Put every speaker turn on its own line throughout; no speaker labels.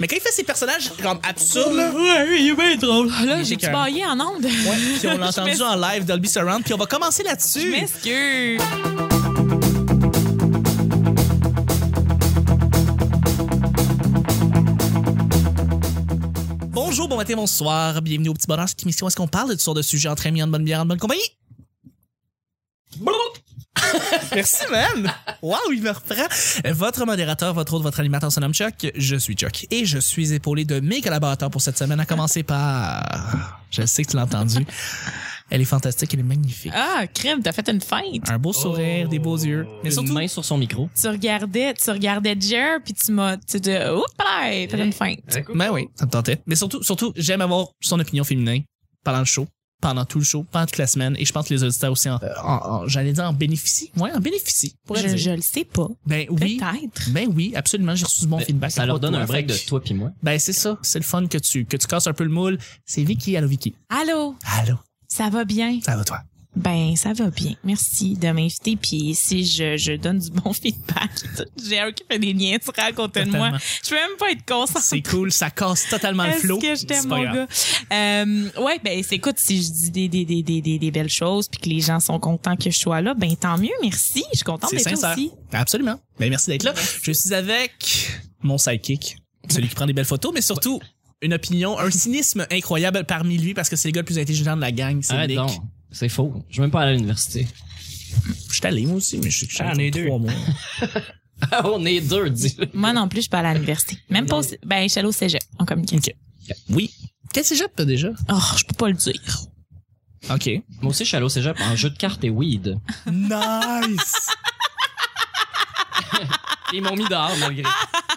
Mais quand il fait ses personnages comme absurdes, là,
Ouais, il est bien drôle. Ah, Là,
Il est
j'ai-tu
écœurant.
baillé en ondes?
ouais, puis on l'a entendu
m'ex-
en live Dolby Surround, puis on va commencer
Je
là-dessus.
m'excuse.
Bonjour, bon matin, bonsoir, bienvenue au Petit Bonheur, cette émission où est-ce qu'on parle de toutes sortes de sujets entre amis, en bonne bière, en bonne compagnie. Brrr. Merci, man! Waouh, il me reprend! Votre modérateur, votre autre, votre animateur se nomme Chuck. Je suis Chuck et je suis épaulé de mes collaborateurs pour cette semaine, à commencer par. Je sais que tu l'as entendu. Elle est fantastique, elle est magnifique.
Ah, crème, t'as fait une feinte.
Un beau sourire, des beaux yeux. Mais
Une
surtout,
main sur son micro.
Tu regardais, tu regardais Jer, puis tu m'as, tu dis, oups là, t'as fait une feinte.
Ben oui, ça me tentait. Mais surtout, surtout j'aime avoir son opinion féminin pendant le show, pendant tout le show, pendant toute la semaine. Et je pense que les auditeurs aussi, en, en- en- j'allais dire en bénéficient. Ouais, en bénéficient. pour
Je,
dire.
je le sais pas.
Ben oui.
Peut-être.
Ben oui, absolument, j'ai reçu du bon
Ben,
feedback.
Ça
à
leur
propos
donne
de
un
toi.
break de
Fait que-
toi puis moi.
Ben c'est ça, c'est le fun que tu, que tu casses un peu le moule. C'est Vicky, allô Vicky.
Allô,
Allô,
ça va bien?
ça va toi?
Ben, ça va bien. Merci de m'inviter. Puis si je, je donne du bon feedback, j'ai un qui fait des liens tu à côté de moi.
Totalement.
Je peux même pas être concentrée.
C'est cool, ça casse totalement le
Est-ce
flow.
que je t'aime,
C'est pas
mon
grave.
gars? Euh, ouais, ben, c'est- écoute, si je dis des, des, des, des, des, des belles choses puis que les gens sont contents que je sois là, ben, tant mieux, merci. Je suis contente
C'est
d'être là
sincère.
aussi.
Absolument. Ben, merci d'être là. Je suis avec mon sidekick, celui qui prend des belles photos, mais surtout une opinion, un cynisme incroyable parmi lui parce que c'est le gars le plus intelligent de la gang. C'est
Arrête
Nick.
donc. C'est faux. Je suis même pas allé à l'université.
Je suis allé, moi aussi, mais je suis
Ah, on est
allé
deux.
trois mois.
Ah, On est deux, dis-le.
Moi non plus, je suis pas allée à l'université. Même pas au, ben, je suis allée au cégep en communication.
Oui. Quel cégep t'as déjà?
Oh, je peux pas le dire.
OK.
Moi aussi, je suis allé au cégep en jeu de cartes et weed.
Nice!
Ils m'ont mis dehors, malgré.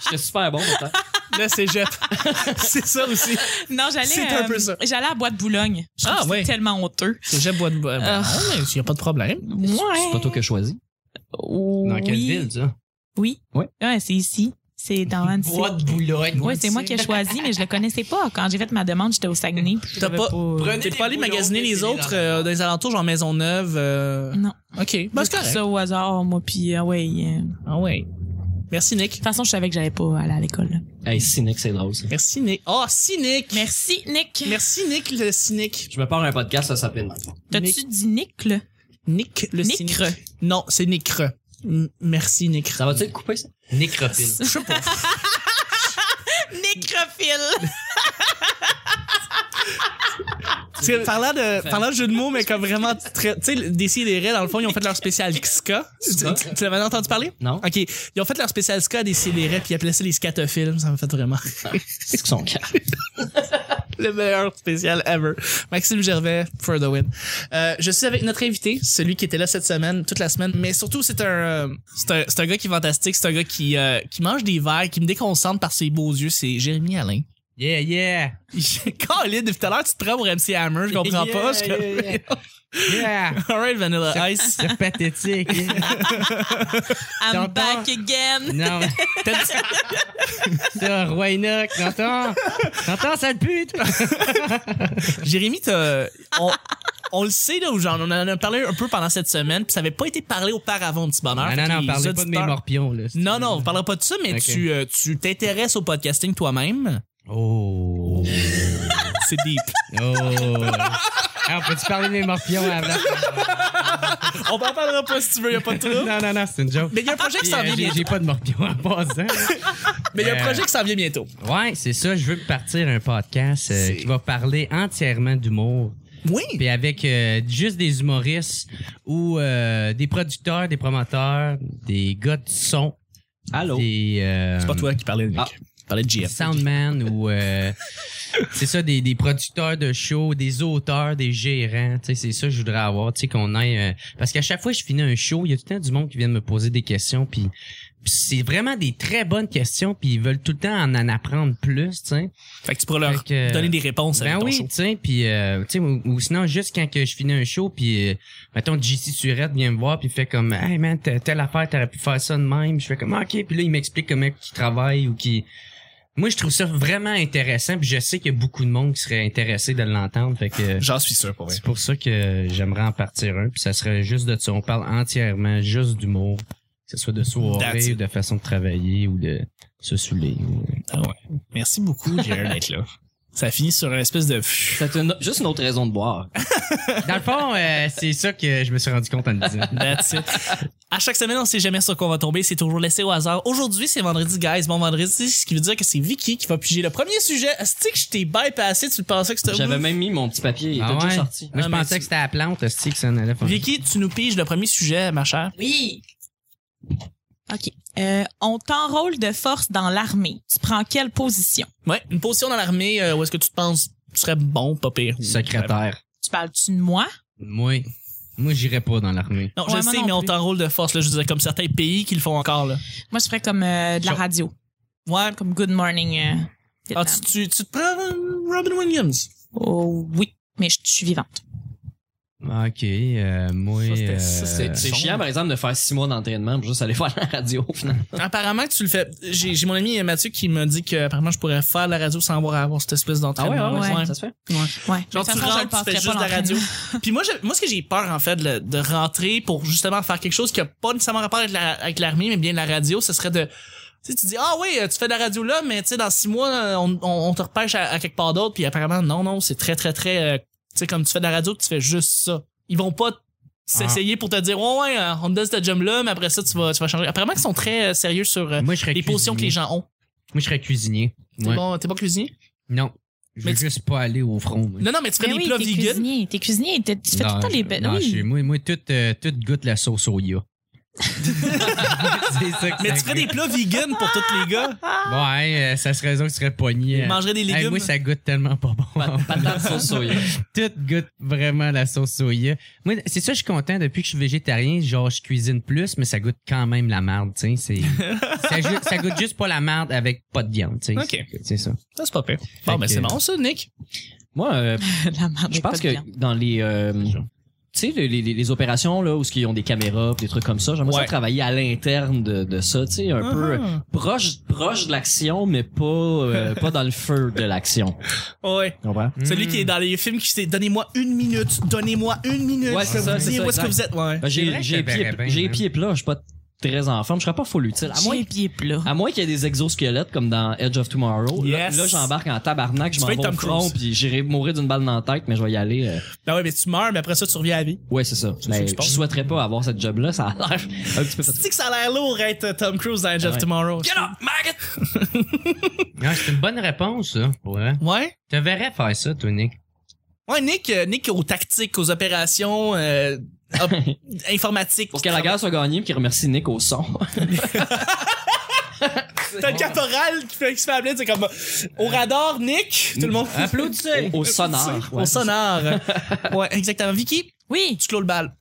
J'étais super bon, pourtant.
le cégep. c'est ça aussi.
Non, j'allais, euh,
C'est un peu ça.
j'allais à la boîte Boulogne. Je trouve
Ah,
que c'est
ouais.
tellement honteux.
Cégep bois de bois.
Ah.
Il n'y a pas de problème.
Ouais.
C'est pas toi qui as choisi. Dans quelle
Oui.
ville, ça?
Oui.
Ouais.
Ouais, c'est ici. C'est dans Annecy.
Bois de Boulogne.
Oui, c'est moi qui ai choisi, mais je le connaissais pas. Quand j'ai fait ma demande, j'étais au Saguenay. puis
T'as
j'avais
pas-
Prenez
T'es
des
pas allé
boulons,
magasiner les
laissez-les
autres
dans la
euh, dans les alentours, genre Maisonneuve? euh,
Non.
OK. Ben, c'est
J'ai pris
correct.
ça au hasard, moi, puis ah ouais. euh, De
Ah ouais. Merci, Nick.
toute façon, je savais que j'allais pas aller à l'école. là.
Hey, cynique, c'est drôle, ça.
Merci, Nick. Ah, cynique!
Merci, Nick.
Merci Nick le cynique.
Je me pars un podcast, ça s'appelle.
T'as-tu dit Nick, là?
Nick le
Nick.
cynique. Non, c'est Nicre. M- merci Nick.
Ça va-tu être coupé, ça?
Nécrophile.
Je sais pas.
Nécrophile.
Parce que Ah, parlant de parlant de jeu de mots mais comme vraiment très tu sais d'ici les raies dans le fond ils ont fait leur spécial XK. Tu, tu- tu l'avais entendu parler
Non?
OK, ils ont fait leur spécial ska des Sidérés puis ils appelaient ça les scatophiles, ça m'a fait vraiment
C'est que son cas.
le meilleur spécial ever. Maxime Gervais for the win. Euh, je suis avec notre invité, celui qui était là cette semaine, toute la semaine, mais surtout c'est un euh, c'est un, c'est un gars qui est fantastique, c'est un gars qui euh, qui mange des verres, qui me déconcentre par ses beaux yeux, c'est Jérémy Alain.
Yeah, yeah.
Colin, depuis tout à l'heure, tu te prends pour MC Hammer, je comprends pas. Je...
Yeah, yeah.
All right, Vanilla Ice.
C'est pathétique.
I'm
T'entends?
back again.
Non.
T'as dit-
Ça, Roi Enoch, t'entends? T'entends, sale pute?
Jérémy, t'as- on, on le sait, là, ou genre, on en a parlé un peu pendant cette semaine, puis ça avait pas été parlé auparavant, petit bonheur.
Ah, non,
Fait que
non,
les
parlez pas de mes
auditeurs-
morpions, là.
Non, non, on parlera pas de ça, mais
Ok.
tu euh, tu t'intéresses au podcasting toi-même.
Oh.
C'est deep.
Oh. Alors, peux-tu parler de mes morpions avant?
on n'en parlera pas si tu veux, y a pas de trouble.
Non, non, non, c'est une joke.
Mais il y a un projet qui
Puis,
s'en
euh,
vient
j'ai-
bientôt.
J'ai pas de morpions en passant.
Mais il y a un
euh,
projet qui s'en vient bientôt.
Ouais, c'est ça. Je veux partir un podcast euh,
C'est-
qui va parler entièrement d'humour.
Oui.
Puis avec euh, juste des humoristes ou euh, des producteurs, des promoteurs, des gars de son,
Allô?
des euh,
C'est pas toi qui parlais de Nick.
Ah.
Tu parlais de GF.
soundman ou euh, c'est ça des, des producteurs de shows, des auteurs, des gérants, tu sais c'est ça que je voudrais avoir, tu sais qu'on aille euh, parce qu'à chaque fois que je finis un show, il y a tout le temps du monde qui vient de me poser des questions puis puis c'est vraiment des très bonnes questions puis ils veulent tout le temps en, en apprendre plus, tu sais.
Fait que tu pourras leur
Fait que-
donner des réponses avec
Ben
ton
oui,
show.
tu sais, puis euh, tu sais, ou, ou sinon juste quand que je finis un show, puis euh, mettons JC Surette vient me voir, puis fait comme, hey man, t- telle affaire, t'aurais pu faire ça de même. Je fais comme, Ah, ok, puis là il m'explique comment il travaille ou qui. Moi, je trouve ça vraiment intéressant, puis je sais qu'il y a beaucoup de monde qui serait intéressé de l'entendre, fait que.
J'en suis sûr, pour vrai.
C'est pour ça que j'aimerais en partir un, puis ça serait juste de ça. On parle entièrement juste d'humour. que ce soit de soirée,
That's it.
ou de façon de travailler ou de se saouler. ou- euh.
Merci beaucoup, Jared, d'être là. Ça finit sur une espèce de...
C'est une- juste une autre raison de boire.
Dans le fond, euh, c'est ça que je me suis rendu compte en le disant.
That's it. À chaque semaine, on sait jamais sur quoi on va tomber. C'est toujours laissé au hasard. Aujourd'hui, c'est vendredi, guys. Bon vendredi, ce qui veut dire que c'est Vicky qui va piger le premier sujet. C'est que je t'ai bypassé, tu le pensais que c'était...
J'avais même mis mon petit papier, il était
Ah
déjà
ouais?
sorti.
Moi,
Ah,
je
mais
pensais
tu-
que c'était à la plante, aussi que ça en allait faire.
Vicky, tu nous piges le premier sujet, ma chère.
Oui. OK. Euh, on t'enrôle de force dans l'armée. Tu prends quelle position?
Ouais, une position dans l'armée euh, où est-ce que tu te penses tu serais bon, pas pire.
Secrétaire.
Tu parles-tu de moi?
Moi, moi j'irais pas dans l'armée.
Non,
Ouais,
je
moi
sais,
non
mais on
plus.
t'enroule de force, là. Je veux dire, comme certains pays qui le font encore, là.
Moi, je ferais comme euh, de la
Genre-
radio.
Ouais.
Comme Good Morning euh,
Ah,
Vietnam.
tu, tu, tu te prends euh, Robin Williams.
Oh oui, mais je, je suis vivante.
Ok, euh, moi.
Ça, c'était-
euh,
ça,
C'est c'est
son-
chiant, par exemple, de faire six mois d'entraînement pour juste aller faire la radio, finalement.
Apparemment que tu le fais. J'ai j'ai mon ami Mathieu qui m'a dit que apparemment je pourrais faire la radio sans avoir à avoir cette espèce d'entraînement.
Ah
Ah
ouais, ouais,
ça se fait.
Ouais.
Genre,
De toute
tu
façon, je le
rentres, tu
passerais
fais juste de la
l'entraînement.
radio. Puis moi, je- moi, ce que j'ai peur, en fait, de, de rentrer pour justement faire quelque chose qui a pas nécessairement rapport avec la- avec l'armée, mais bien la radio, ce serait de... Tu sais, tu dis, ah oui, euh, tu fais de la radio là, mais tu sais, dans six mois, euh, on, on, on te repêche à, à quelque part d'autre. Puis apparemment, non, non, c'est très, très, très... euh, tu sais, comme tu fais de la radio, tu fais juste ça. Ils vont pas s'essayer pour te dire, ouais, ouais, euh, on te donne ce job là, mais après ça, tu vas, tu vas changer. Apparemment, ils sont très euh, sérieux sur euh,
Moi, je serais
les
cuisinier.
positions que les gens ont.
Moi, je serais cuisinier.
T'es
Ouais.
bon, t'es pas cuisinier?
Non. Je
Mais
veux
tu-
juste pas aller au front. moi.
Non, non, mais tu fais des
Mais Ben oui,
plats
t'es
vegan.
cuisinier. T'es cuisinier. T'es- Tu fais tout le temps
je-
les belles.
non,
oui.
chez moi, moi, tout, euh, tout goûte la sauce soya. c'est ça que
Mais
ça
tu ferais des plats vegan pour tous les gars.
goûte. Ouais, euh, ça serait raison que tu serais pogné.
Ils mangeraient des
Hey,
légumes.
moi, ça goûte tellement pas bon.
Pas de sauce soya.
tout goûte vraiment la sauce soya. Moi, c'est ça, je suis content. Depuis que je suis végétarien, genre, je cuisine plus, mais ça goûte quand même la merde, tu sais. c'est- ça, ju- ça goûte juste pas la merde avec pas de viande, tu sais.
Ok.
C'est ça.
Ça, c'est pas pire. Bon,
Fait
ben,
que-
c'est bon, ça, Nick.
Moi, euh,
La marde
je
est pas
pense que
bien.
dans les... euh, tu sais, les, les- les opérations là, où ils ont des caméras, pis des trucs comme ça, j'aimerais
Ouais.
ça travailler à l'interne de, de ça, tu
Ah.
sais, un peu
Ah.
euh, proche, proche de l'action, mais pas, euh, pas dans le feu de l'action.
Ouais.
Tu comprends?
Celui qui est dans les films qui s'est donnez-moi une minute, donnez-moi une minute.
Ouais,
je
c'est
vais
ça,
vous
c'est
dire
ça,
où est-ce que
exact.
vous êtes. Ouais.
Ben,
C'est
j'ai
vrai que
j'ai
ça
pieds,
verrait bien,
j'ai
hein.
pieds plats, je suis pas très en forme, je serais pas full utile. À
J'ai
moins,
les pieds plats.
à moins qu'il y ait des exosquelettes comme dans Edge of Tomorrow. Là-
Yes.
Là, j'embarque en tabarnak, je
Tu
m'en
fais
vais au
Tom
front,
Cruise.
puis j'irai mourir d'une balle dans la tête, mais je vais y aller. euh.
Ben ouais, mais tu meurs, mais après ça, tu reviens à la vie.
Ouais, c'est ça.
ça
Ben,
que je pense.
je souhaiterais pas avoir cette job-là, ça a l'air un petit peu
Tu sais que ça a l'air lourd être Tom Cruise dans Edge of
Ouais.
Tomorrow.
Non, Ah, c'est une bonne réponse, ça. Ouais.
Ouais.
Tu verrais faire ça, toi, Nick.
Ouais, Nick, euh, Nick aux tactiques, aux opérations euh, op- informatiques.
Pour que la guerre soit gagnée, puis qu'il remercie Nick au son.
T'as le caporal qui fait qui se fait appeler, c'est comme euh, au radar, Nick. Tout le monde.
Applaudissez! Au, au sonore.
Au sonar. ouais, exactement. Vicky,
Oui.
tu clôt le bal.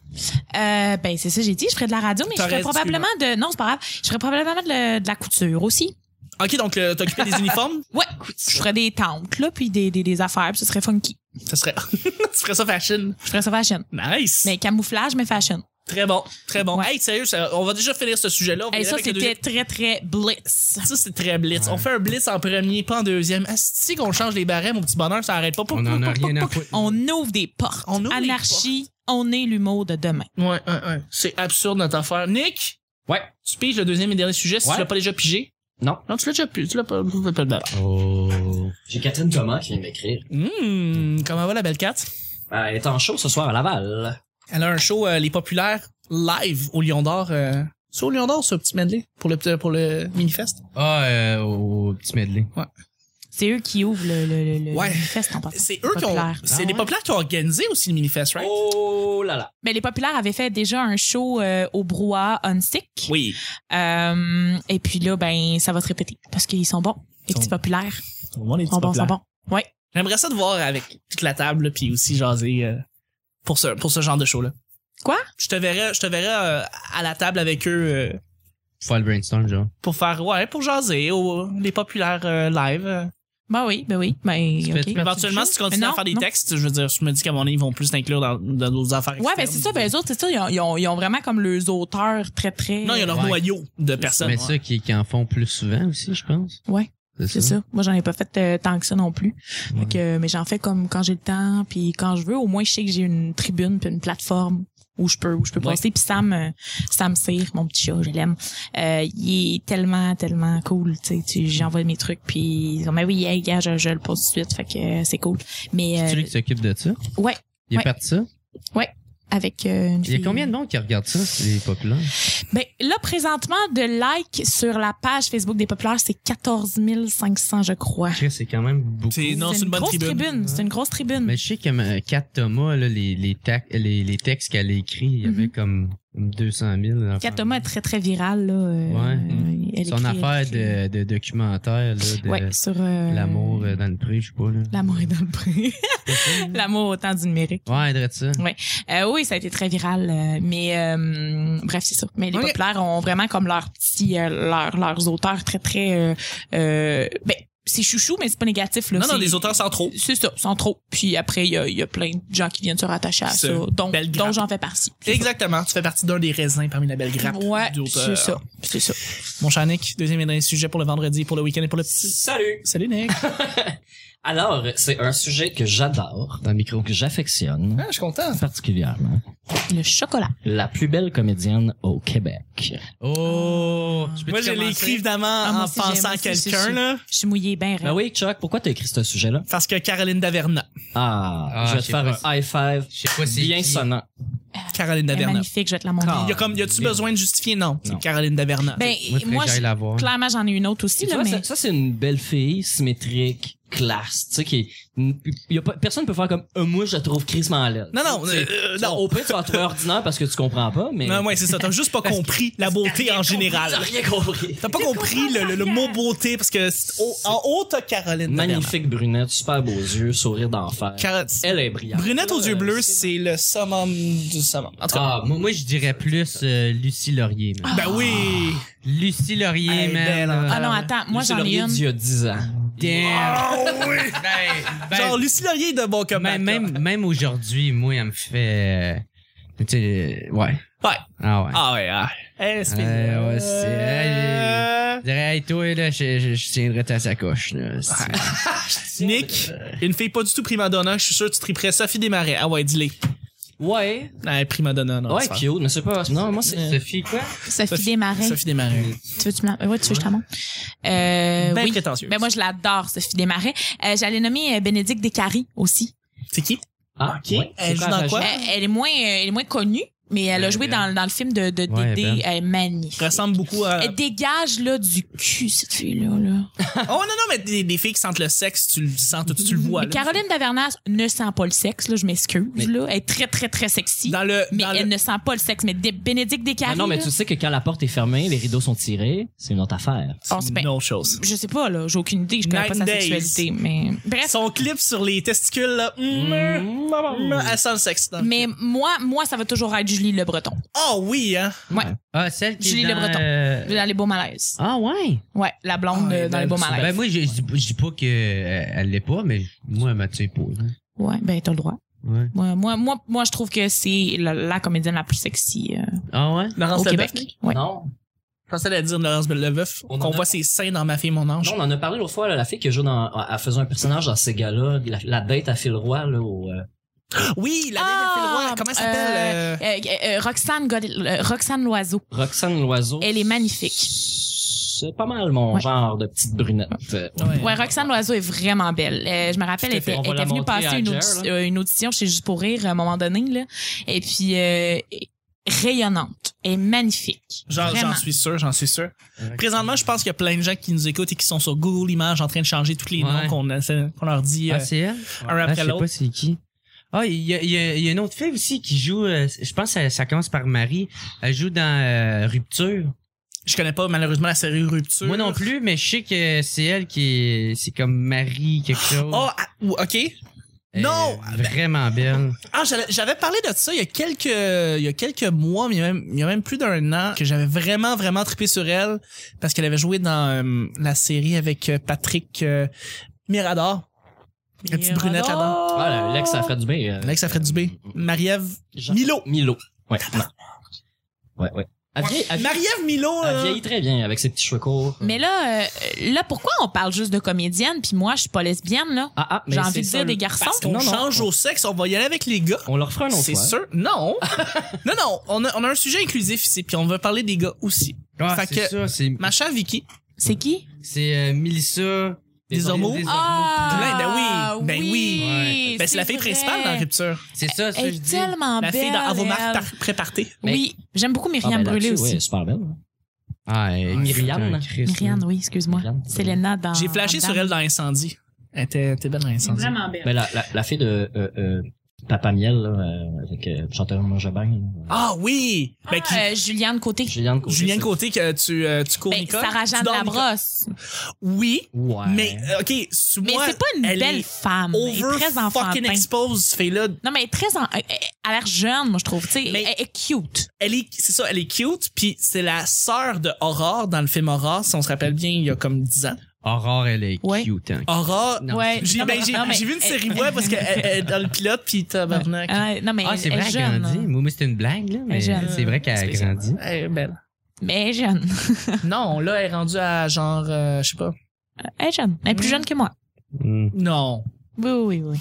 Euh, ben c'est ça j'ai dit. Je ferais de la radio, mais je
T'aurais-
ferais probablement de. Non, c'est pas grave. Je ferais probablement de, le- de la couture aussi.
Ok, donc euh, t'as occupé des uniformes.
Ouais. Je ferais des tentes là, puis des, des, des affaires, puis ce serait funky.
Ça serait. tu ferais ça fashion.
Je ferais ça fashion.
Nice.
Mais camouflage, mais fashion.
Très bon, très bon.
Ouais.
Hey, sérieux, ça- on va déjà finir ce sujet-là. On va
Et
y
ça
aller avec le
c'était très très bliss.
deuxième. Ça, c'est très blitz. On fait un blitz en premier, pas en deuxième. Asti qu'on change les barèmes, mon petit bonheur, ça arrête pas. Pou,
On
pou,
en a
pou, pou,
rien à
pou.
foutre. Oh.
On ouvre des portes.
On ouvre les
Anarchie. On est l'humour de demain.
Ouais, ouais, ouais. C'est absurde notre affaire. Nick,
Ouais.
tu piges le deuxième et dernier sujet si
Ouais.
tu l'as pas déjà pigé.
Non.
Non, tu l'as déjà pu. Tu l'as pas. tu l'as pas le bal.
Oh.
J'ai Catherine Thomas qui vient m'écrire.
Hum, comment va la belle cat?
Euh, Elle est en show ce soir à Laval.
Elle a un show, euh, Les Populaires, live au Lion d'Or. euh, C'est au Lion d'Or, ce petit medley pour le, pour le mini-fest.
Ah, euh, au petit medley.
C'est eux qui ouvrent le, le, le, le
Ouais.
manifeste en passant.
C'est eux qui ont.
Populaires.
C'est
Ah
les
ouais?
populaires qui ont organisé aussi le mini-fest, right?
Oh là là.
Mais les populaires avaient fait déjà un show euh, au brouhaha on stick.
Oui.
Euh, et puis là, ben, ça va te répéter parce qu'ils sont bons. Les
Ils sont-
petits populaires.
On va les
Ils sont bons, ils sont bons. Ouais.
J'aimerais ça te voir avec toute la table là, puis aussi jaser euh, pour ce pour ce genre de show là.
Quoi?
Je te verrais je te verrais euh, à la table avec eux euh,
Faut le brainstorm, genre.
pour faire ouais pour jaser aux les populaires euh, live. euh.
Ben oui, ben oui. Ben,
Tu
ok.
fais- tu fais-
Éventuellement si tu continues
Mais non,
à faire des
non.
textes, je veux dire je me dis qu'à mon avis ils vont plus t'inclure dans dans d'autres affaires.
Ouais, ben
externes.
c'est ça. Ben, eux autres, c'est ça. Ils ont, ils, ont, ils ont vraiment comme leurs auteurs très, très.
Non, il y a leur
Ouais.
noyau de personnes.
Mais
ouais.
ça, qui, qui en font plus souvent aussi, je pense.
Ouais. C'est ça. Moi, j'en ai pas fait euh, tant que ça non plus. euh, Fait que, mais j'en fais comme quand j'ai le temps, puis quand je veux. Au moins, je sais que j'ai une tribune, puis une plateforme où je peux où je peux
Ouais.
passer puis Sam euh, Sam Cyr mon petit chat je l'aime euh, il est tellement tellement cool tu sais tu- j'envoie mes trucs puis ils disent mais oui hey, gars je, je le pose tout de suite fait que euh, c'est cool mais
C'est
euh,
lui qui s'occupe de ça.
ouais
Il
Ouais.
est parti ça.
avec euh, une
Il y a
fille.
combien de monde qui regarde ça, les populaires?
Ben, là, présentement, de likes sur la page Facebook des Populaires, c'est 14 500, je crois.
Chris, c'est quand même beaucoup.
C'est- non, c'est une bonne
grosse
tribune.
C'est une grosse tribune.
Mais je sais que euh, Kat Thomas, là, les, les, tac- les, les textes qu'elle a écrits, il y avait comme 200 000. enfants.
Mhm. Kat Thomas est très, très virale. Là. euh,
Ouais.
euh, elle
Son
écrit-
affaire
elle écrit-
de, de documentaire, là, de
Ouais, sur... euh,
l'amour euh, dans le pré, je sais pas. Là.
L'amour est dans le pré. L'amour au temps du numérique.
Ouais, de ça.
Euh, oui, ça a été très viral, euh, mais euh, bref, c'est ça. Mais les
Ok.
populaires ont vraiment comme leurs petits, euh, leurs- leurs auteurs très, très... euh, euh, ben, c'est chouchou, mais c'est pas négatif. Là.
Non, non,
C'est-
les auteurs sans trop.
C'est ça, sans trop. Puis après, il y a, il y a plein de gens qui viennent se rattacher à
Ce
ça, donc,
bel grappe.
dont j'en fais partie. C'est
Exactement. Tu fais partie d'un des raisins parmi la belle
ça.
grappe
Ouais,
du euh, auteur.
c'est ça, c'est ça.
Mon cher Nick, deuxième et dernier sujet pour le vendredi, pour le week-end et pour le petit.
Salut!
Salut Nick.
Alors, c'est un sujet que j'adore, un micro que j'affectionne
Ah, je suis content.
particulièrement.
Le chocolat.
La plus belle comédienne au Québec.
Oh! peux-tu
Ah. Moi, je l'ai
commencer?
écrit évidemment
Ah, moi
en
aussi, j'ai-
pensant
moi
à
aussi, j'ai
quelqu'un,
su.
là.
Je suis mouillée ben
Ah
raide.
Ben oui, Chuck, pourquoi t'as écrit ce sujet-là?
Parce que Caroline Daverna.
Ah,
Ah,
je vais
je
te
sais
faire
pas.
un high five
Je sais pas si.
bien sonnant.
Caroline
Elle est
Daverna.
magnifique, je vais te la montrer.
Ah.
Il y a comme, y a-tu
bien.
besoin de justifier? Non. C'est
Non.
Caroline Daverna.
ben,
Moi, faudrait
moi,
que j'aille
je-
la voir.
clairement, j'en ai une autre aussi,
Tu
là,
vois,
mais...
ça, ça, c'est une belle fille, symétrique, classe, tu sais, qui est- y a pas- personne peut faire comme, Euh, moi, je la trouve crissement à l'aise.
Non, non,
Tu
euh,
sais,
euh,
tu vas-
non.
Au pire, tu vas la trouver ordinaire parce que tu comprends pas, mais.
Non, ouais, c'est ça. T'as juste pas compris la beauté en général.
T'as rien compris.
T'as pas compris le, le- le mot beauté parce que c'est- au- en haut, t'as Caroline Daverna.
Magnifique brunette, super beaux yeux, sourire d'enfer.
Car-
Elle est brillante.
Brunette aux
Là,
yeux
euh,
bleus, c'est le summum du summum. En tout cas,
Ah, moi, moi, je dirais plus euh, Lucie Laurier. man.
ben oui.
Lucie Laurier,
Elle est
man.
belle,
euh,
hein.
Ah non, attends, moi,
Lucie
j'en ai
Laurier d'il
une.
y a 10 ans.
Damn.
Ah, oui.
Ben, ben,
Genre, Lucie Laurier est de bon comeback.
même,
là.
même, même aujourd'hui, moi, elle me fait. euh, Tu sais, euh, ouais.
Ouais.
Ah ouais.
Ah ouais, ah. Eh, c'est
Euh, ouais, c'est-
Euh,
Je dirais, hey, toi, là, je, je, je tiendrais ta sacoche, là. si-
Nick, une fille pas du tout prima donna, je suis sûr que tu triperais Sophie Desmarais. Ah ouais, dis-le.
Ouais.
Ah, prima donna, non.
Ouais,
c'est pas-
cute, mais c'est pas. Non, moi, c'est.
Sophie, quoi?
Sophie Desmarais.
Sophie Desmarais.
Tu veux, tu me la- ouais, tu veux, je te la montre? Euh,
Ben
oui.
prétentieuse.
Ben, moi, je l'adore, Sophie Desmarais. Euh, J'allais nommer euh, Bénédicte Descaries aussi.
C'est qui?
Ah,
Ok.
ouais.
Elle
C'est
joue dans
la
quoi?
Euh, elle est moins, euh, elle est moins connue, mais elle a
Ouais,
joué dans,
belle.
dans le film de, de
Ouais,
Dédé.
belle.
Elle est magnifique.
Ressemble beaucoup à.
Elle dégage là du cul cette fille là. là.
oh non, non, mais des, des filles qui sentent le sexe, tu le sens, tout de suite, tu le vois.
Mais
là.
Caroline Davernas ne sent pas le sexe là, je m'excuse là. Elle est très très très sexy,
Dans le.
mais
dans
elle
le-
ne sent pas le sexe. Mais Dé- Bénédicte
Ah
Descaries.
non, mais
là,
tu sais que quand la porte est fermée, les rideaux sont tirés, c'est une autre affaire.
c'est
Oh, c'est
une
bien.
autre chose.
Je sais pas là, j'ai aucune idée, je connais
Nine
pas sa
days.
sexualité, mais bref.
Son clip sur les testicules, là. mm, mm, elle sent le sexe. dans le-
Mais moi, moi, ça va toujours être Julie Le Breton.
Oh oui, hein.
Ah, celle qui.
Julie
est
Le
dans,
Breton.
euh,
Dans les beaux malaises.
Ah, ouais.
Ouais, la
Ah,
blonde
elle
euh,
est
dans les
belle,
beaux
ça.
malaises.
Ben, moi, je, je dis pas- je dis pas qu'elle l'est pas, mais moi, elle m'attire pas. là.
ouais, ben t'as le droit.
Ouais.
Moi, moi, moi, moi, je trouve que c'est la, la comédienne la plus sexy euh,
Ah, ouais?
Laurence
au
Leboeuf.
Québec. Ouais.
Non.
Je pensais à dire Laurence Leboeuf,
On en
qu'on
a-
voit ses seins dans Ma fille, mon ange.
Non, on en a parlé l'autre fois, là, la fille qui joue dans, elle faisait un personnage dans ces gars-là, la, la date à Phil Roy, là, au, euh,
Oui, la
Ah,
belle Phil Roy, comment elle s'appelle?
euh,
euh,
Euh, euh, Roxane, Godel- euh, Roxane Loiseau.
Roxane Loiseau.
Elle est magnifique.
C'est pas mal mon
Ouais.
genre de petite brunette. euh.
euh? ouais.
Ouais, Roxane Loiseau est vraiment belle. Euh, je me rappelle,
Tout
elle
à fait.
était,
On va
elle
la
était venue
montrer à
passer une,
Jer,
audi-
là.
euh, une audition chez Juste pour rire à un moment donné. Là. Et puis, euh, rayonnante. Elle est magnifique.
J'en,
Vraiment.
j'en suis sûr, j'en suis sûr. Présentement, je pense qu'il y a plein de gens qui nous écoutent et qui sont sur Google Images en train de changer tous les noms
Ouais.
qu'on, a- qu'on leur dit. euh,
Ah, c'est elle?
un
Ah,
après
je sais
l'autre.
pas c'est qui. Ah, il y a, il y a- il y a une autre fille aussi qui joue, euh, je pense que ça, ça commence par Marie. Elle joue dans euh, Rupture.
Je connais pas malheureusement la série Rupture.
Moi non plus, mais je sais que c'est elle qui est, c'est comme Marie quelque chose.
Ah, ah, ou- ok.
Elle est
non!
Vraiment belle.
Ah, j'allais- j'avais parlé de ça il y a quelques, il y a quelques mois, mais il y a même, il y a même plus d'un an, que j'avais vraiment, vraiment trippé sur elle parce qu'elle avait joué dans euh, la série avec euh, Patrick euh, Mirador. La petite brunette là-dedans.
Ah, l'ex à Fred Dubé. euh,
Alex Afred Dubé. Marie-Ève
Jean-
Milo.
Milo. Ouais. non. Ouais, ouais. Elle vieillit- elle vieillit-
Marie-Ève Milo,
elle
euh,
vieillit très bien avec ses petits cheveux courts.
Mais là, euh, là, pourquoi on parle juste de comédienne, puis moi, je suis pas lesbienne, là?
Ah, ah, mais
J'ai envie
c'est
de
ça,
dire
le-
des garçons.
parce qu'on
Non, non.
change au sexe, on va y aller avec les gars.
On leur fera un autre
C'est
fois.
sûr. Non. non, non. On a, on a un sujet inclusif ici, puis on va parler des gars aussi.
Ah,
Fait
c'est
que-
ça, c'est
Ma chère Vicky,
C'est qui?
c'est euh, Mélissa
Des hormones.
des
Ah, ben oui, ben oui.
Ouais.
ben, c'est la fille
vrai.
principale dans Rupture.
C'est ça, ça
Elle
je
est
dis.
tellement
La
belle.
fille dans
elle.
Avomark prépartée.
Oui, j'aime beaucoup
Ah, ben,
Myriam Brûlé
là-dessus,
aussi.
ouais, super belle. hein.
Ah, et
Myriam.
Myriam, oui, excuse-moi.
Myriam.
Selena dans.
J'ai flashé
dans-
sur elle dans Incendie. Elle était, elle Ben, était belle dans Incendie.
belle.
Mais Ben, la, la, la fille de euh, euh, Papa Miel, là, euh, avec euh, chanteur Mangebagne.
Ah oui! Ben, qui,
Ah, euh, Juliane Côté.
Juliane Côté.
Julien
ça.
Côté, que tu, euh, tu cours
Ben,
Nicole.
Sarah
tu
Jeanne
dors Nicole.
Labrosse.
Oui,
Ouais.
mais, euh, OK, sous
Mais
moi,
c'est pas une
elle
belle
est
femme. Elle est
over
très
fucking
enfantine.
expose, ce fille-là.
Non, mais elle est très. En... Elle elle a l'air jeune, moi, je trouve. Tu sais,
Mais-
elle est cute.
Elle est, c'est ça, elle est cute, puis c'est la sœur de Aurore dans le film Aurore, si on se rappelle bien, il y a comme 10 ans.
Aurore, elle est
Ouais.
cute. hein.
Aurore,
Non.
Ouais.
j'ai,
Non, mais-
ben, j'ai,
non, mais-
j'ai vu une série web parce qu'elle elle est dans le pilote, puis tabarnak.
Ah, non, mais
Ah,
elle,
c'est
elle
vrai,
est
elle
jeune.
grandit.
hein.
Moi, mais c'était une blague, là. Mais
jeune.
c'est vrai qu'elle a
Spécialement.
grandi.
Elle est belle.
Mais elle est jeune.
Non, là, elle est rendue à genre, euh, je sais pas.
Elle est jeune. Elle est plus
Mm.
jeune que moi.
Mm.
Non.
Oui, oui, oui. oui.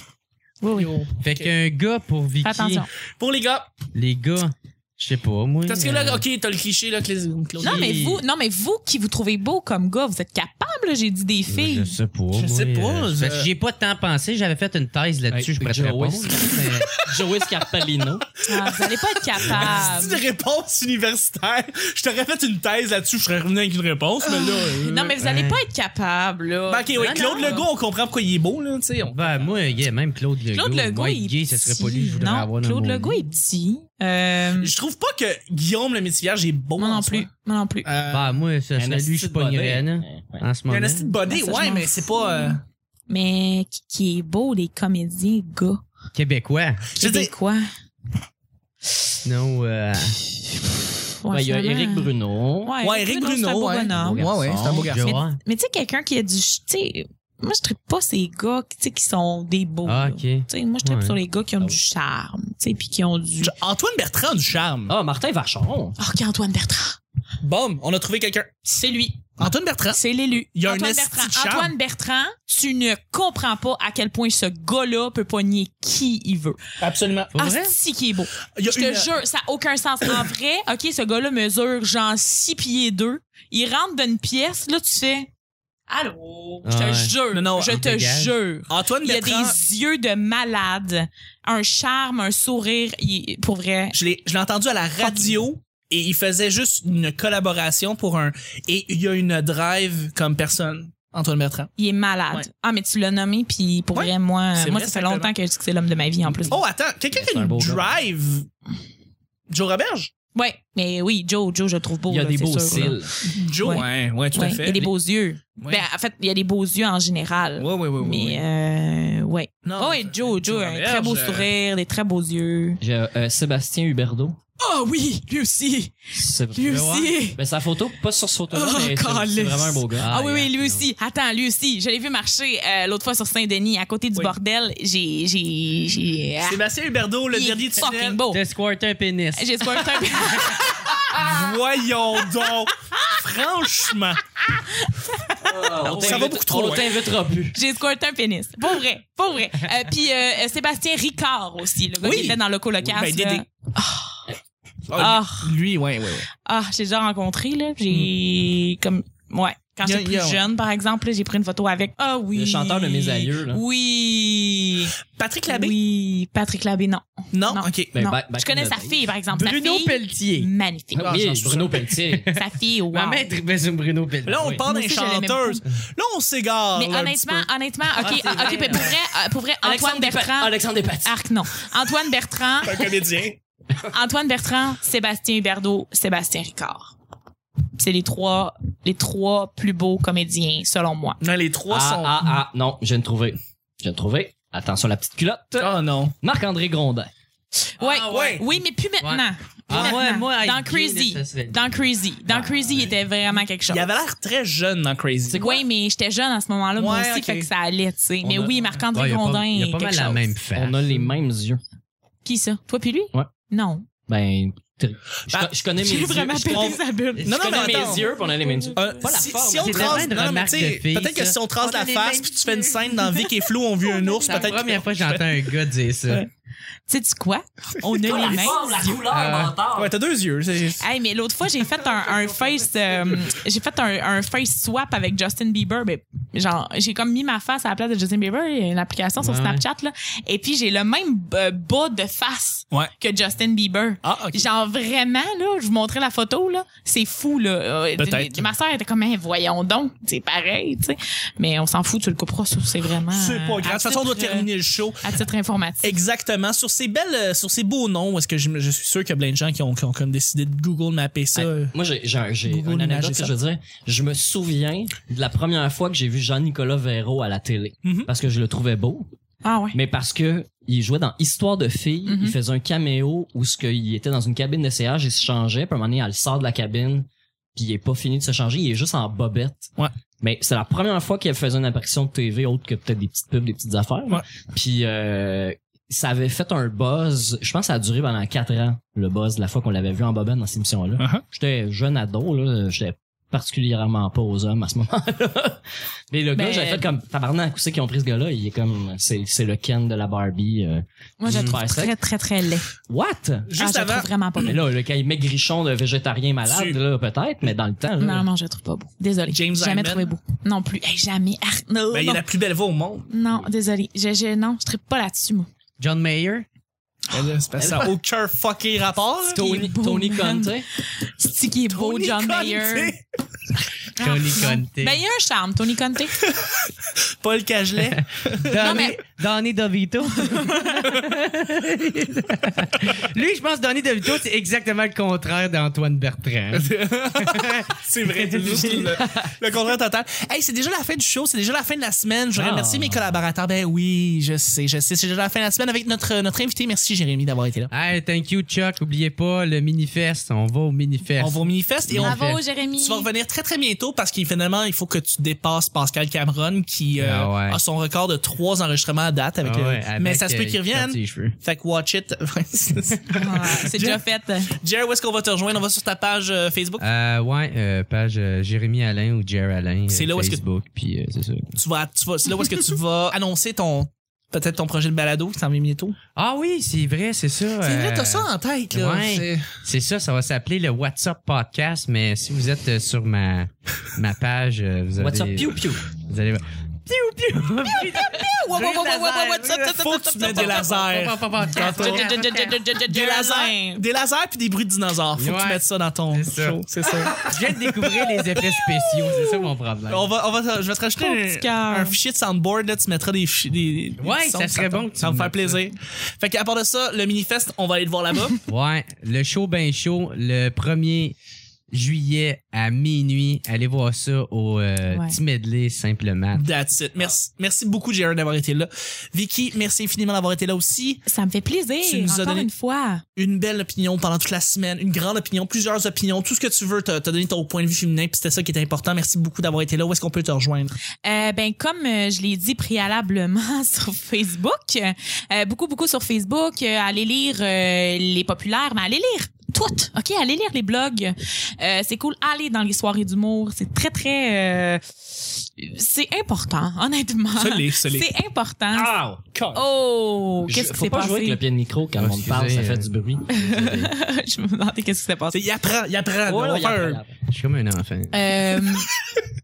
Oui, oui.
Yo.
Fait qu'un gars pour Vicky.
Fais attention.
Pour les gars,
Les gars, je sais pas, moi. euh,
parce que là, OK, t'as le cliché, là, que les... Claude-
Non, mais vous, non, mais vous qui vous trouvez beau comme gars, vous êtes capable, là, j'ai dit des
Je
filles.
sais pas.
Je
moi,
sais pas,
euh,
je-
parce que j'ai pas tant pensé. J'avais fait une thèse là-dessus.
Ouais,
je pourrais te
Joey.
répondre. mais-
Joey Scarpalino.
Ah, vous allez pas être
C'est
capable.
une réponse universitaire. Je t'aurais fait une thèse là-dessus, je serais revenu avec une réponse, mais là. euh,
Ah. Non, mais vous allez pas être capable, là.
Ben, ok, ouais,
Non,
Claude
non.
Legault, on comprend pourquoi il est beau, là, tu sais. on-
Ben, moi, yeah, même Claude Legault.
Claude Legault,
moi,
il est
gay, ça serait pas
petit.
lui que je voudrais
Non,
avoir dans
Claude
mon
Legault
lit.
est petit. Euh,
Je trouve pas que Guillaume le Métivier est beau.
moi
en
non
soi.
plus. Moi non plus.
Euh,
Ben, moi, ça
Un
serait lui, je
esti de
pognerais, là.
bonnet. Ouais.
En ce
il a
moment.
un esti de body,
Ben, ça, je
ouais,
m'en
mais c'est pas. euh,
Mais qui, qui est beau, les comédiens gars.
Québécois.
Je veux dire,
Québécois.
Non, euh,
Ouais,
Ouais, il y a
finalement.
Eric Bruno.
Ouais,
ouais, Eric
c'est un
Bruno,
beau
ouais.
bonhomme.
Ouais, ouais, c'est un beau garçon.
Joey.
Mais tu sais, quelqu'un qui a du. ch- Tu sais, moi, je tripe pas ces gars tu sais, qui sont des beaux.
Ah,
là.
ok.
Tu sais, moi, je tripe
Ouais.
sur les gars qui ont
Ah
du
oui.
charme, tu sais, puis qui ont du.
Je- Antoine Bertrand du charme.
Ah, Martin Vachon.
Oh, qui est Antoine Bertrand.
Bom, on a trouvé quelqu'un.
C'est lui.
Antoine Bertrand.
C'est l'élu.
Il y a un
Antoine
esti de
Bertrand.
charme.
Antoine Bertrand, tu ne comprends pas à quel point ce gars-là peut pogner qui il veut.
Absolument.
Pour vrai?
si qui est beau.
Il y a
Je te
une-
jure, ça n'a aucun sens. En vrai, OK, ce gars-là mesure genre 6 pieds 2. Il rentre dans une pièce, là, tu fais Allô? Je te
Ah ouais.
jure.
Non, non,
je
on
te
dégage.
jure.
Antoine
Il a
Bertrand.
des yeux de malade, un charme, un sourire. il- pour vrai,
Je l'ai, je l'ai entendu à la radio et il faisait juste une collaboration pour un. Et il y a une drive comme personne, Antoine Bertrand.
il est malade.
Ouais.
Ah, mais tu l'as nommé, puis pour
Ouais.
vrai, moi,
C'est
moi
vrai,
ça fait
simplement.
longtemps que je dis que c'est l'homme de ma vie en plus.
Oh, attends, quelqu'un
Mais
qui
c'est
a
un
une
beau gars.
drive. Joe Roberge?
Ouais, mais oui, Joe, Joe, je le trouve beau.
Il y a
Oh, là,
des
c'est
beaux
sûr, là.
cils.
Joe?
Ouais.
Ouais, ouais, tout
Ouais,
à
Il y
fait.
a des beaux yeux.
Ouais.
Ben, en fait, il y a des beaux yeux en général.
Ouais, ouais, ouais, ouais, ouais.
mais euh, ouais.
Non,
oh, et Joe, Joe, a un très beau
Roberge, euh,
sourire, des très beaux yeux.
J'ai euh, Sébastien Huberdeau.
Ah oui, lui aussi,
C'est
lui
Ouais.
aussi.
Ben, sa photo, pas sur ce photo-là,
Oh,
mais c'est- c'est
calice.
vraiment un beau gars.
Ah, oui, oui, lui
yeah.
aussi. Attends, lui aussi. Je l'ai vu marcher euh, l'autre fois sur Saint-Denis, à côté du
Oui.
bordel. J'ai. J'ai. J'ai. ah,
Sébastien Huberdeau, le
il est
dernier
fucking
tunnel.
beau.
T'as squirté un pénis.
J'ai squirt un peu.
Voyons donc. Franchement.
On
Ça va
t'invite-
beaucoup trop hein.
On
loin.
t'invitera plus.
J'ai squirté un pénis. Pour vrai. Pour vrai. Euh, Puis euh, Sébastien Ricard aussi, le gars
Oui.
qui était dans le colocasse.
Ben, Dédé.
là.
Ah,
Ah.
lui- Lui, ouais, ouais, ouais.
Ah, j'ai déjà rencontré, là. J'ai
Hmm.
comme. Ouais. Quand
Y a-
j'étais plus
y a-
jeune, par exemple, là, j'ai pris une photo avec. Ah oui.
Le chanteur de Mes Aïeux, là.
Oui.
Patrick Labbé?
Oui. Patrick Labbé, non.
Non?
Non.
OK.
Ben,
non.
back- back
je connais
in the
sa
day.
fille, par exemple.
Bruno
sa fille,
Pelletier.
Magnifique.
Ah
j'en
oui,
suis
Bruno Pelletier.
sa fille, wow.
Ma mère tripait sur Bruno Pelletier.
Là, on part
Moi
des
aussi, je l'aimais
chanteuses. Là, on s'égare.
Mais
là, un petit
honnêtement,
peu.
honnêtement, ok,
c'est
ok,
vrai.
mais pour vrai, euh, pour vrai, Antoine
Ah, Alexandre Despa-
Bertrand,
Alexandre Despatie.
Arc non, Antoine Bertrand,
C'est un comédien.
Antoine Bertrand, Sébastien Huberdeau, Sébastien Ricard. C'est les trois, les trois plus beaux comédiens selon moi.
Non, les trois
Ah,
sont.
ah, ah, non, je viens de trouver. Je viens de trouver. Attention, la petite culotte.
Oh non.
Marc-André Grondin.
Ouais,
Ah
ouais.
oui, mais plus maintenant. Plus
Ah, moi,
maintenant.
moi,
dans
avec
Crazy,
Guy, là, ça serait-
dans Crazy, dans
Ah,
Crazy, il était vraiment quelque chose.
Il avait l'air très jeune dans Crazy.
Oui, mais j'étais jeune à ce moment-là, moi
Ouais,
aussi,
ok.
fait que ça allait, tu sais.
On
Mais
a-
oui,
Ouais,
Marc-André
il y a pas-
Grondin,
Il y a pas mal
quelque
la
chose.
même face.
On a les mêmes yeux.
Qui ça? Toi puis lui?
Ouais.
Non.
Ben, t- je,
Ben,
je connais mes
J'ai
yeux.
vraiment
je
pété
comprends-
sa bulle.
je
Non, non,
connais
mais
mes
attends.
yeux, puis on a les mêmes yeux.
Euh,
Pas la
si,
forme,
si on
c'est
trace,
vraiment une
non, non, mais
remarque
tu sais,
de fille,
peut-être que
ça.
si on trace
On a
la
les
face
mêmes
puis tu fais une scène dans Vic et Flo, on vit un ours,
C'est la
peut-être.
première fois que j'entends un gars dire ça.
Tu sais quoi? On a les
Pas la
mêmes.
forme, Oh, la couleur,
Euh,
menteur.
Hein? Ouais, t'as deux yeux. c'est-
Hey, mais l'autre fois, j'ai fait un, un face, euh, j'ai fait un, un face swap avec Justin Bieber. Mais genre, j'ai comme mis ma face à la place de Justin Bieber. Il y a une application sur
Ouais,
Snapchat, là. Et puis, j'ai le même euh, bas de face
Ouais.
que Justin Bieber.
Ah, ok.
Genre, vraiment, là, je vous montrais la photo, là. C'est fou, là. Euh,
Peut-être.
d- Ma soeur était comme, Hey, voyons donc. C'est pareil, tu sais. Mais on s'en fout, tu le couperas sur, c'est vraiment.
C'est
Ah,
euh,
pas grave. De
à
toute façon, on doit
titre, euh,
terminer le show.
À titre informatique.
Exactement. Sur ces belles, euh, sur ces beaux noms, est-ce que je, je suis sûr qu'il y a plein de gens qui ont, qui ont comme décidé de Google mapper ça.
Ah,
euh,
Moi, j'ai, j'ai, un- j'ai
Google
une
Images,
anecdote
c'est
que je veux dire. Je me souviens de la première fois que j'ai vu Jean-Nicolas Véro à la télé.
Mhm.
Parce que je le trouvais beau,
Ah ouais.
mais parce que il jouait dans Histoire de filles.
Mm-hmm.
Mhm.
Il faisait un caméo où ce qu'il était dans une cabine de CH, il se changeait, puis à un moment donné, elle sort de la cabine, puis il est pas fini de se changer, il est juste en bobette.
Ouais.
Mais c'est la première fois qu'il faisait une apparition de TV autre que peut-être des petites pubs, des petites affaires.
Ouais.
Puis euh, ça avait fait un buzz. Je pense que ça a duré pendant quatre ans, le buzz, de la fois qu'on l'avait vu en bobine dans cette émission-là.
Uh-huh.
J'étais jeune ado, là. J'étais particulièrement pas aux hommes à ce moment-là. Mais le gars,
Ben-
j'avais fait comme tabarnak, où c'est qu'ils ont pris ce gars-là? Il est comme, c'est, c'est le Ken de la Barbie. euh.
Moi, je le
Mm.
trouve très, très, très laid.
What?
Juste
ah, je le
avant.
trouve vraiment pas beau.
Mais là, le caille maigrichon de végétarien malade,
Tu-
là, peut-être, mais dans le temps, là.
Non, non, je le trouve pas beau. Désolé.
James
jamais
Hyman.
trouvé beau. Non plus. Hey, jamais. Ah, non,
Ben, il
non.
est la plus belle voix au monde.
Non, désolé. Je, je- non, je tripe pas là-dessus, moi.
John Mayer?
Ben, C'est parce que ça n'a aucun fucking rapport. là.
Tony-
Tony,
Il est beau,
Tony
man.
Conte.
C'est qui est beau,
Tony
John
Conte.
Mayer. Ah,
Tony
non.
Conte.
Ben, il y a un charme, Tony Conte.
Paul Cagelet.
Non,
Donny,
mais-
Donny DeVito. Lui, je pense que Donny DeVito, c'est exactement le contraire d'Antoine Bertrand.
C'est vrai, c'est juste le, le contraire total. Hey, c'est déjà la fin du show, c'est déjà la fin de la semaine. Je
Ah.
remercie mes collaborateurs. Ben oui, je sais, je sais, c'est déjà la fin de la semaine avec notre, notre invité. Merci Jérémy d'avoir été là.
Hey, thank you, Chuck. Oubliez pas le mini-fest. On va au mini-fest.
On va au Minifest et on
Bravo, Jérémy.
Tu vas revenir très très bientôt parce qu'il finalement il faut que tu dépasses Pascal Cameron qui euh,
Ah ouais.
a son record de trois enregistrements à date avec,
Ah
le-
ouais, avec,
mais ça se peut
euh,
qu'il revienne.
les cheveux.
Fait que watch it. Ouais, c'est ça.
Ah, C'est déjà fait.
Jerry, où est-ce qu'on va te rejoindre On va sur ta page euh, Facebook.
Euh, ouais, euh, page euh, Jérémy Alain ou Jer Alain.
C'est
euh,
là où est-ce que-
Facebook, puis euh, c'est ça.
Tu vas, tu vas, c'est là où est-ce que tu vas annoncer ton peut-être ton projet de balado qui s'en vient bientôt.
Ah oui, c'est vrai, c'est ça.
C'est vrai, t'as
euh,
ça en tête là.
ouais.
C'est-
C'est ça, ça va s'appeler le WhatsApp Podcast, mais si vous êtes euh, sur ma, ma page, euh, vous allez...
What's up, piou piou.
Vous allez... Piou, piou!
Ouais, ouais, ouais, ouais, ouais, ouais, ouais, ça, ça,
Faut que tu mettes des lasers. Des lasers, des lasers puis des bruits de dinosaures. Faut que tu
Ouais.
mettes ça dans ton
C'est ça.
show. C'est ça.
Je viens de découvrir les effets spéciaux, c'est ça mon problème.
On va, on va, te- je vais te rajouter
Mon petit
un,
cœur.
un fichier de soundboard, là, tu mettras des, fichi- des, des
Ouais,
sons,
ça serait
t'en-
bon que tu
Ça va me faire
mettes
plaisir. Fait qu'à part de ça, le mini-fest, on va aller le voir là-bas.
Ouais, le show ben chaud, le 1er juillet à minuit. Allez voir ça au euh,
Ouais.
petit medley simplement.
That's it. Merci, merci beaucoup, Jared, d'avoir été là. Vicky, merci infiniment d'avoir été là aussi.
Ça me fait plaisir.
Tu nous as
Encore
donné-
une fois.
Une belle opinion pendant toute la semaine, une grande opinion, plusieurs opinions, tout ce que tu veux. T'as t'as donné ton point de vue féminin, puis c'était ça qui était important. Merci beaucoup d'avoir été là. Où est-ce qu'on peut te rejoindre?
Euh, ben comme euh, je l'ai dit préalablement sur Facebook, euh, beaucoup beaucoup sur Facebook, euh, allez lire euh, les populaires, mais allez lire toutes, ok, allez lire les blogs, Euh, c'est cool, allez dans les soirées d'humour, c'est très très, euh, c'est important, honnêtement,
Solé, solé.
c'est important.
Ah!
Oh, qu'est-ce qui
Faut
s'est
pas
passé
jouer avec le pied de micro quand
Ah,
on parle, ça
excusez,
fait
euh.
du bruit.
Je me demandais qu'est-ce qui s'est
C'est-
passé.
Il apprend, il apprend.
Ouais,
On va
Oh, y a
faire
pas
un-
grave.
Je suis comme un enfant.
Euh,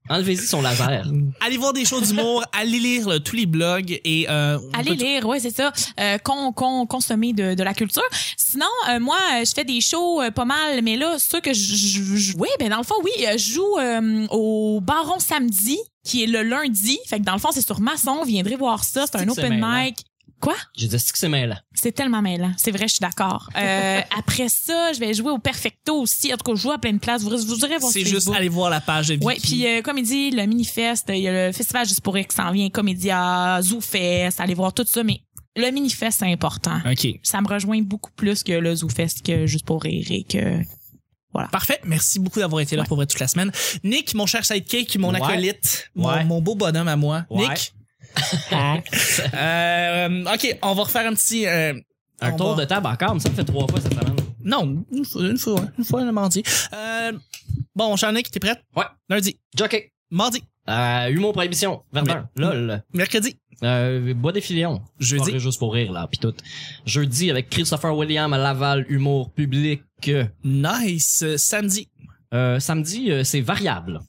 Enlevez-y son laser.
Allez voir des shows d'humour, allez lire là, tous les blogs et... euh, on
Allez
peut-
lire, ouais, c'est ça. Euh, con- con- consommer de, de la culture. Sinon, euh, moi, euh, je fais des shows euh, pas mal, mais là, ceux que je- je je- oui, ben dans le fond, oui, euh, je joue euh, au Baron samedi, qui est le lundi. Fait que dans le fond, c'est sur Masson. Viendrez voir ça. C'est
C'est
un
que c'est
open
mêlant.
mic. Quoi?
J'ai dit, c'est que c'est mêlant.
C'est tellement mêlant. C'est vrai, je suis d'accord. Euh, après ça, je vais jouer au Perfecto aussi. En tout cas, je joue à plein de places. Vous, vous irez voir
C'est
sur
juste
Facebook.
aller voir la page de Vicky.
Ouais, puis euh, comme il dit, le mini-fest, il y a le festival juste pour rire qui s'en vient, Comédia, ZooFest, allez voir tout ça, mais le mini-fest, c'est important.
OK.
Ça me rejoint beaucoup plus que le ZooFest, que juste pour rire et que...
Parfait. Merci beaucoup d'avoir été là pour vrai toute la semaine. Nick, mon cher sidekick, mon
Ouais.
acolyte, mon-
Ouais.
Mon, beau bonhomme à moi.
Ouais.
Nick. Euh, OK, on va refaire euh, un petit... euh,
Un
on
tour
va-
de table encore, mais ça me fait trois fois cette semaine.
Non, une fois, une fois, ouais. une fois le mardi. Euh, bon, Shannon, t'es prête?
Ouais.
Lundi,
Jockey.
mardi,
Euh, humour prohibition. 21. LOL.
mercredi,
Euh, Bois des filions.
jeudi,
Soirée juste pour rire, là, pis tout. Jeudi, avec Christopher William à Laval, humour public.
nice, Euh, samedi,
Euh, samedi, euh, c'est variable.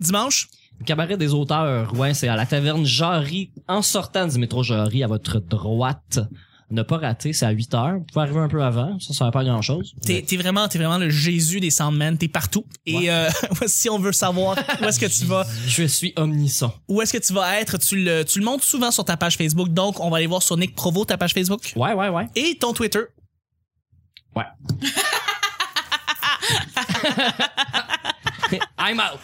dimanche,
Le cabaret des auteurs, ouais, c'est à la taverne Jarry, en sortant du métro Jarry, à votre droite. Ne pas rater, c'est à 8 heures. Vous pouvez arriver un peu avant, ça, ça va pas grand chose.
t'es t'es vraiment, t'es vraiment le Jésus des Sandmen, t'es partout. Et
Ouais.
euh, si on veut savoir où est-ce que tu vas,
Je suis omniscient.
où est-ce que tu vas être, tu le, tu le montres souvent sur ta page Facebook. Donc, on va aller voir sur Nick Provo, ta page Facebook.
Ouais, ouais, ouais.
Et ton Twitter.
I'm out.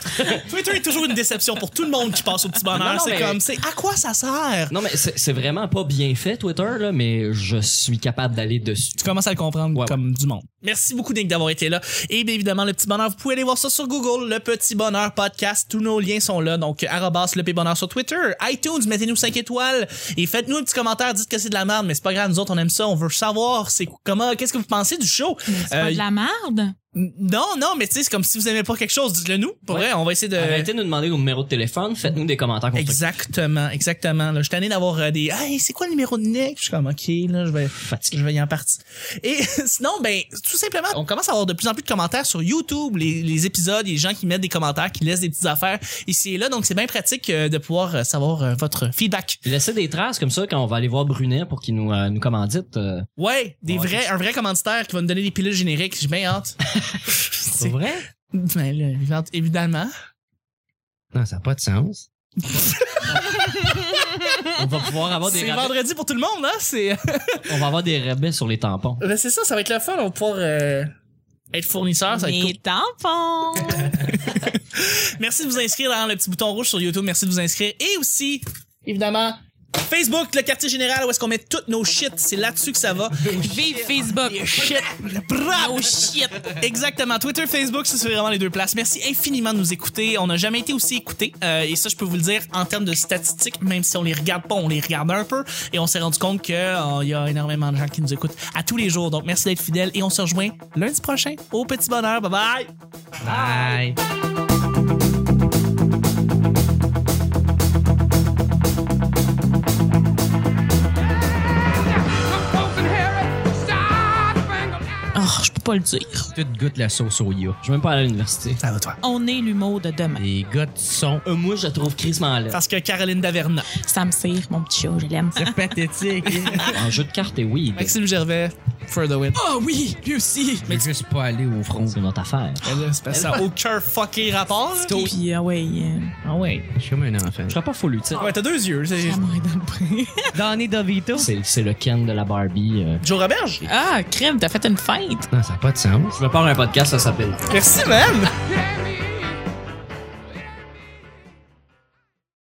Twitter est toujours une déception pour tout le monde qui passe au petit
Non,
bonheur.
non,
C'est
mais-
comme, c'est à quoi ça sert?
Non, mais c'est c'est vraiment pas bien fait, Twitter, là, mais je suis capable d'aller dessus.
Tu commences à le comprendre
Ouais,
comme du monde. Merci beaucoup, Nick, d'avoir été là. Et bien évidemment, le petit bonheur, vous pouvez aller voir ça sur Google, le petit bonheur podcast. Tous nos liens sont là. Donc, arrobas le petit bonheur sur Twitter, iTunes, mettez-nous 5 étoiles et faites-nous un petit commentaire. Dites que c'est de la merde, mais c'est pas grave. Nous autres, on aime ça. On veut savoir c'est comment, qu'est-ce que vous pensez du show.
C'est pas
Euh,
de la merde.
Non, non, mais tu sais, c'est comme si vous aimez pas quelque chose, dites-le nous. Pour
Ouais.
vrai, on va essayer de.
Arrêtez de nous demander nos numéros de téléphone, faites-nous des commentaires constructifs.
Exactement, exactement. Là, je suis tanné d'avoir euh, des. Hey, c'est quoi le numéro de Nick? Je suis comme, OK, là, je vais, je vais y en partir. Et sinon, ben, tout simplement, on commence à avoir de plus en plus de commentaires sur YouTube, les, les épisodes, les gens qui mettent des commentaires, qui laissent des petites affaires ici et là. Donc, c'est bien pratique euh, de pouvoir euh, savoir euh, votre feedback.
Laissez des traces comme ça quand on va aller voir Brunet pour qu'il nous, euh, nous commandite. euh,
Ouais, des
Ouais.
vrais, un vrai commanditaire qui va nous donner des pilules génériques. J'ai bien hâte.
c'est
C'est-
vrai?
ben, là, évidemment- évidemment.
Non, ça n'a pas de sens.
On va pouvoir avoir des
C'est
rabais,
vendredi pour tout le monde, hein? C'est.
on va avoir des rabais sur les tampons.
Ben c'est ça, ça va être le fun, on va pouvoir euh, être fournisseur, Ah, ça va être
Les
cool.
tampons.
Merci de vous inscrire dans le petit bouton rouge sur YouTube, merci de vous inscrire et aussi évidemment Facebook, le quartier général où est-ce qu'on met toutes nos shit, c'est là-dessus que ça va.
Vive Facebook.
Shit, bravo.
Oh shit.
Exactement. Twitter, Facebook, ça c'est vraiment les deux places. Merci infiniment de nous écouter. On n'a jamais été aussi écoutés. Euh, et ça, je peux vous le dire en termes de statistiques, même si on les regarde pas, on les regarde un peu. Et on s'est rendu compte que euh, il y a énormément de gens qui nous écoutent à tous les jours. Donc merci d'être fidèles et on se rejoint lundi prochain au petit bonheur. Bye bye.
Bye.
Oh, je peux pas le dire.
Tout goûte la sauce au ya.
Je vais même pas aller à l'université.
Ça va toi.
On est l'humour de demain.
Les gars de son.
Euh, moi, je la trouve crissement laide.
Parce que Caroline Daverna,
Ça me sert, mon petit chat, je l'aime.
Ah
C'est pathétique.
En jeu de cartes et weed.
Maxime Gervais, for the win.
Oh oui, lui aussi.
Mais juste pas aller au front.
C'est notre affaire.
Elle, là, c'est parce que ça n'a aucun fucking rapport. là.
Puis, ah ouais, euh,
Ah ouais.
Je suis comme un enfant.
Je serais pas full utile.
Ah Ouais, t'as deux yeux. c'est-
la main dans le brin.
Donné Dovito.
C'est c'est le Ken de la Barbie. euh.
Joe Roberge.
Ah, crème, t'as fait une fête.
Non, ça n'a pas de sens.
Je vais faire un podcast, ça s'appelle.
Merci, man.
Can't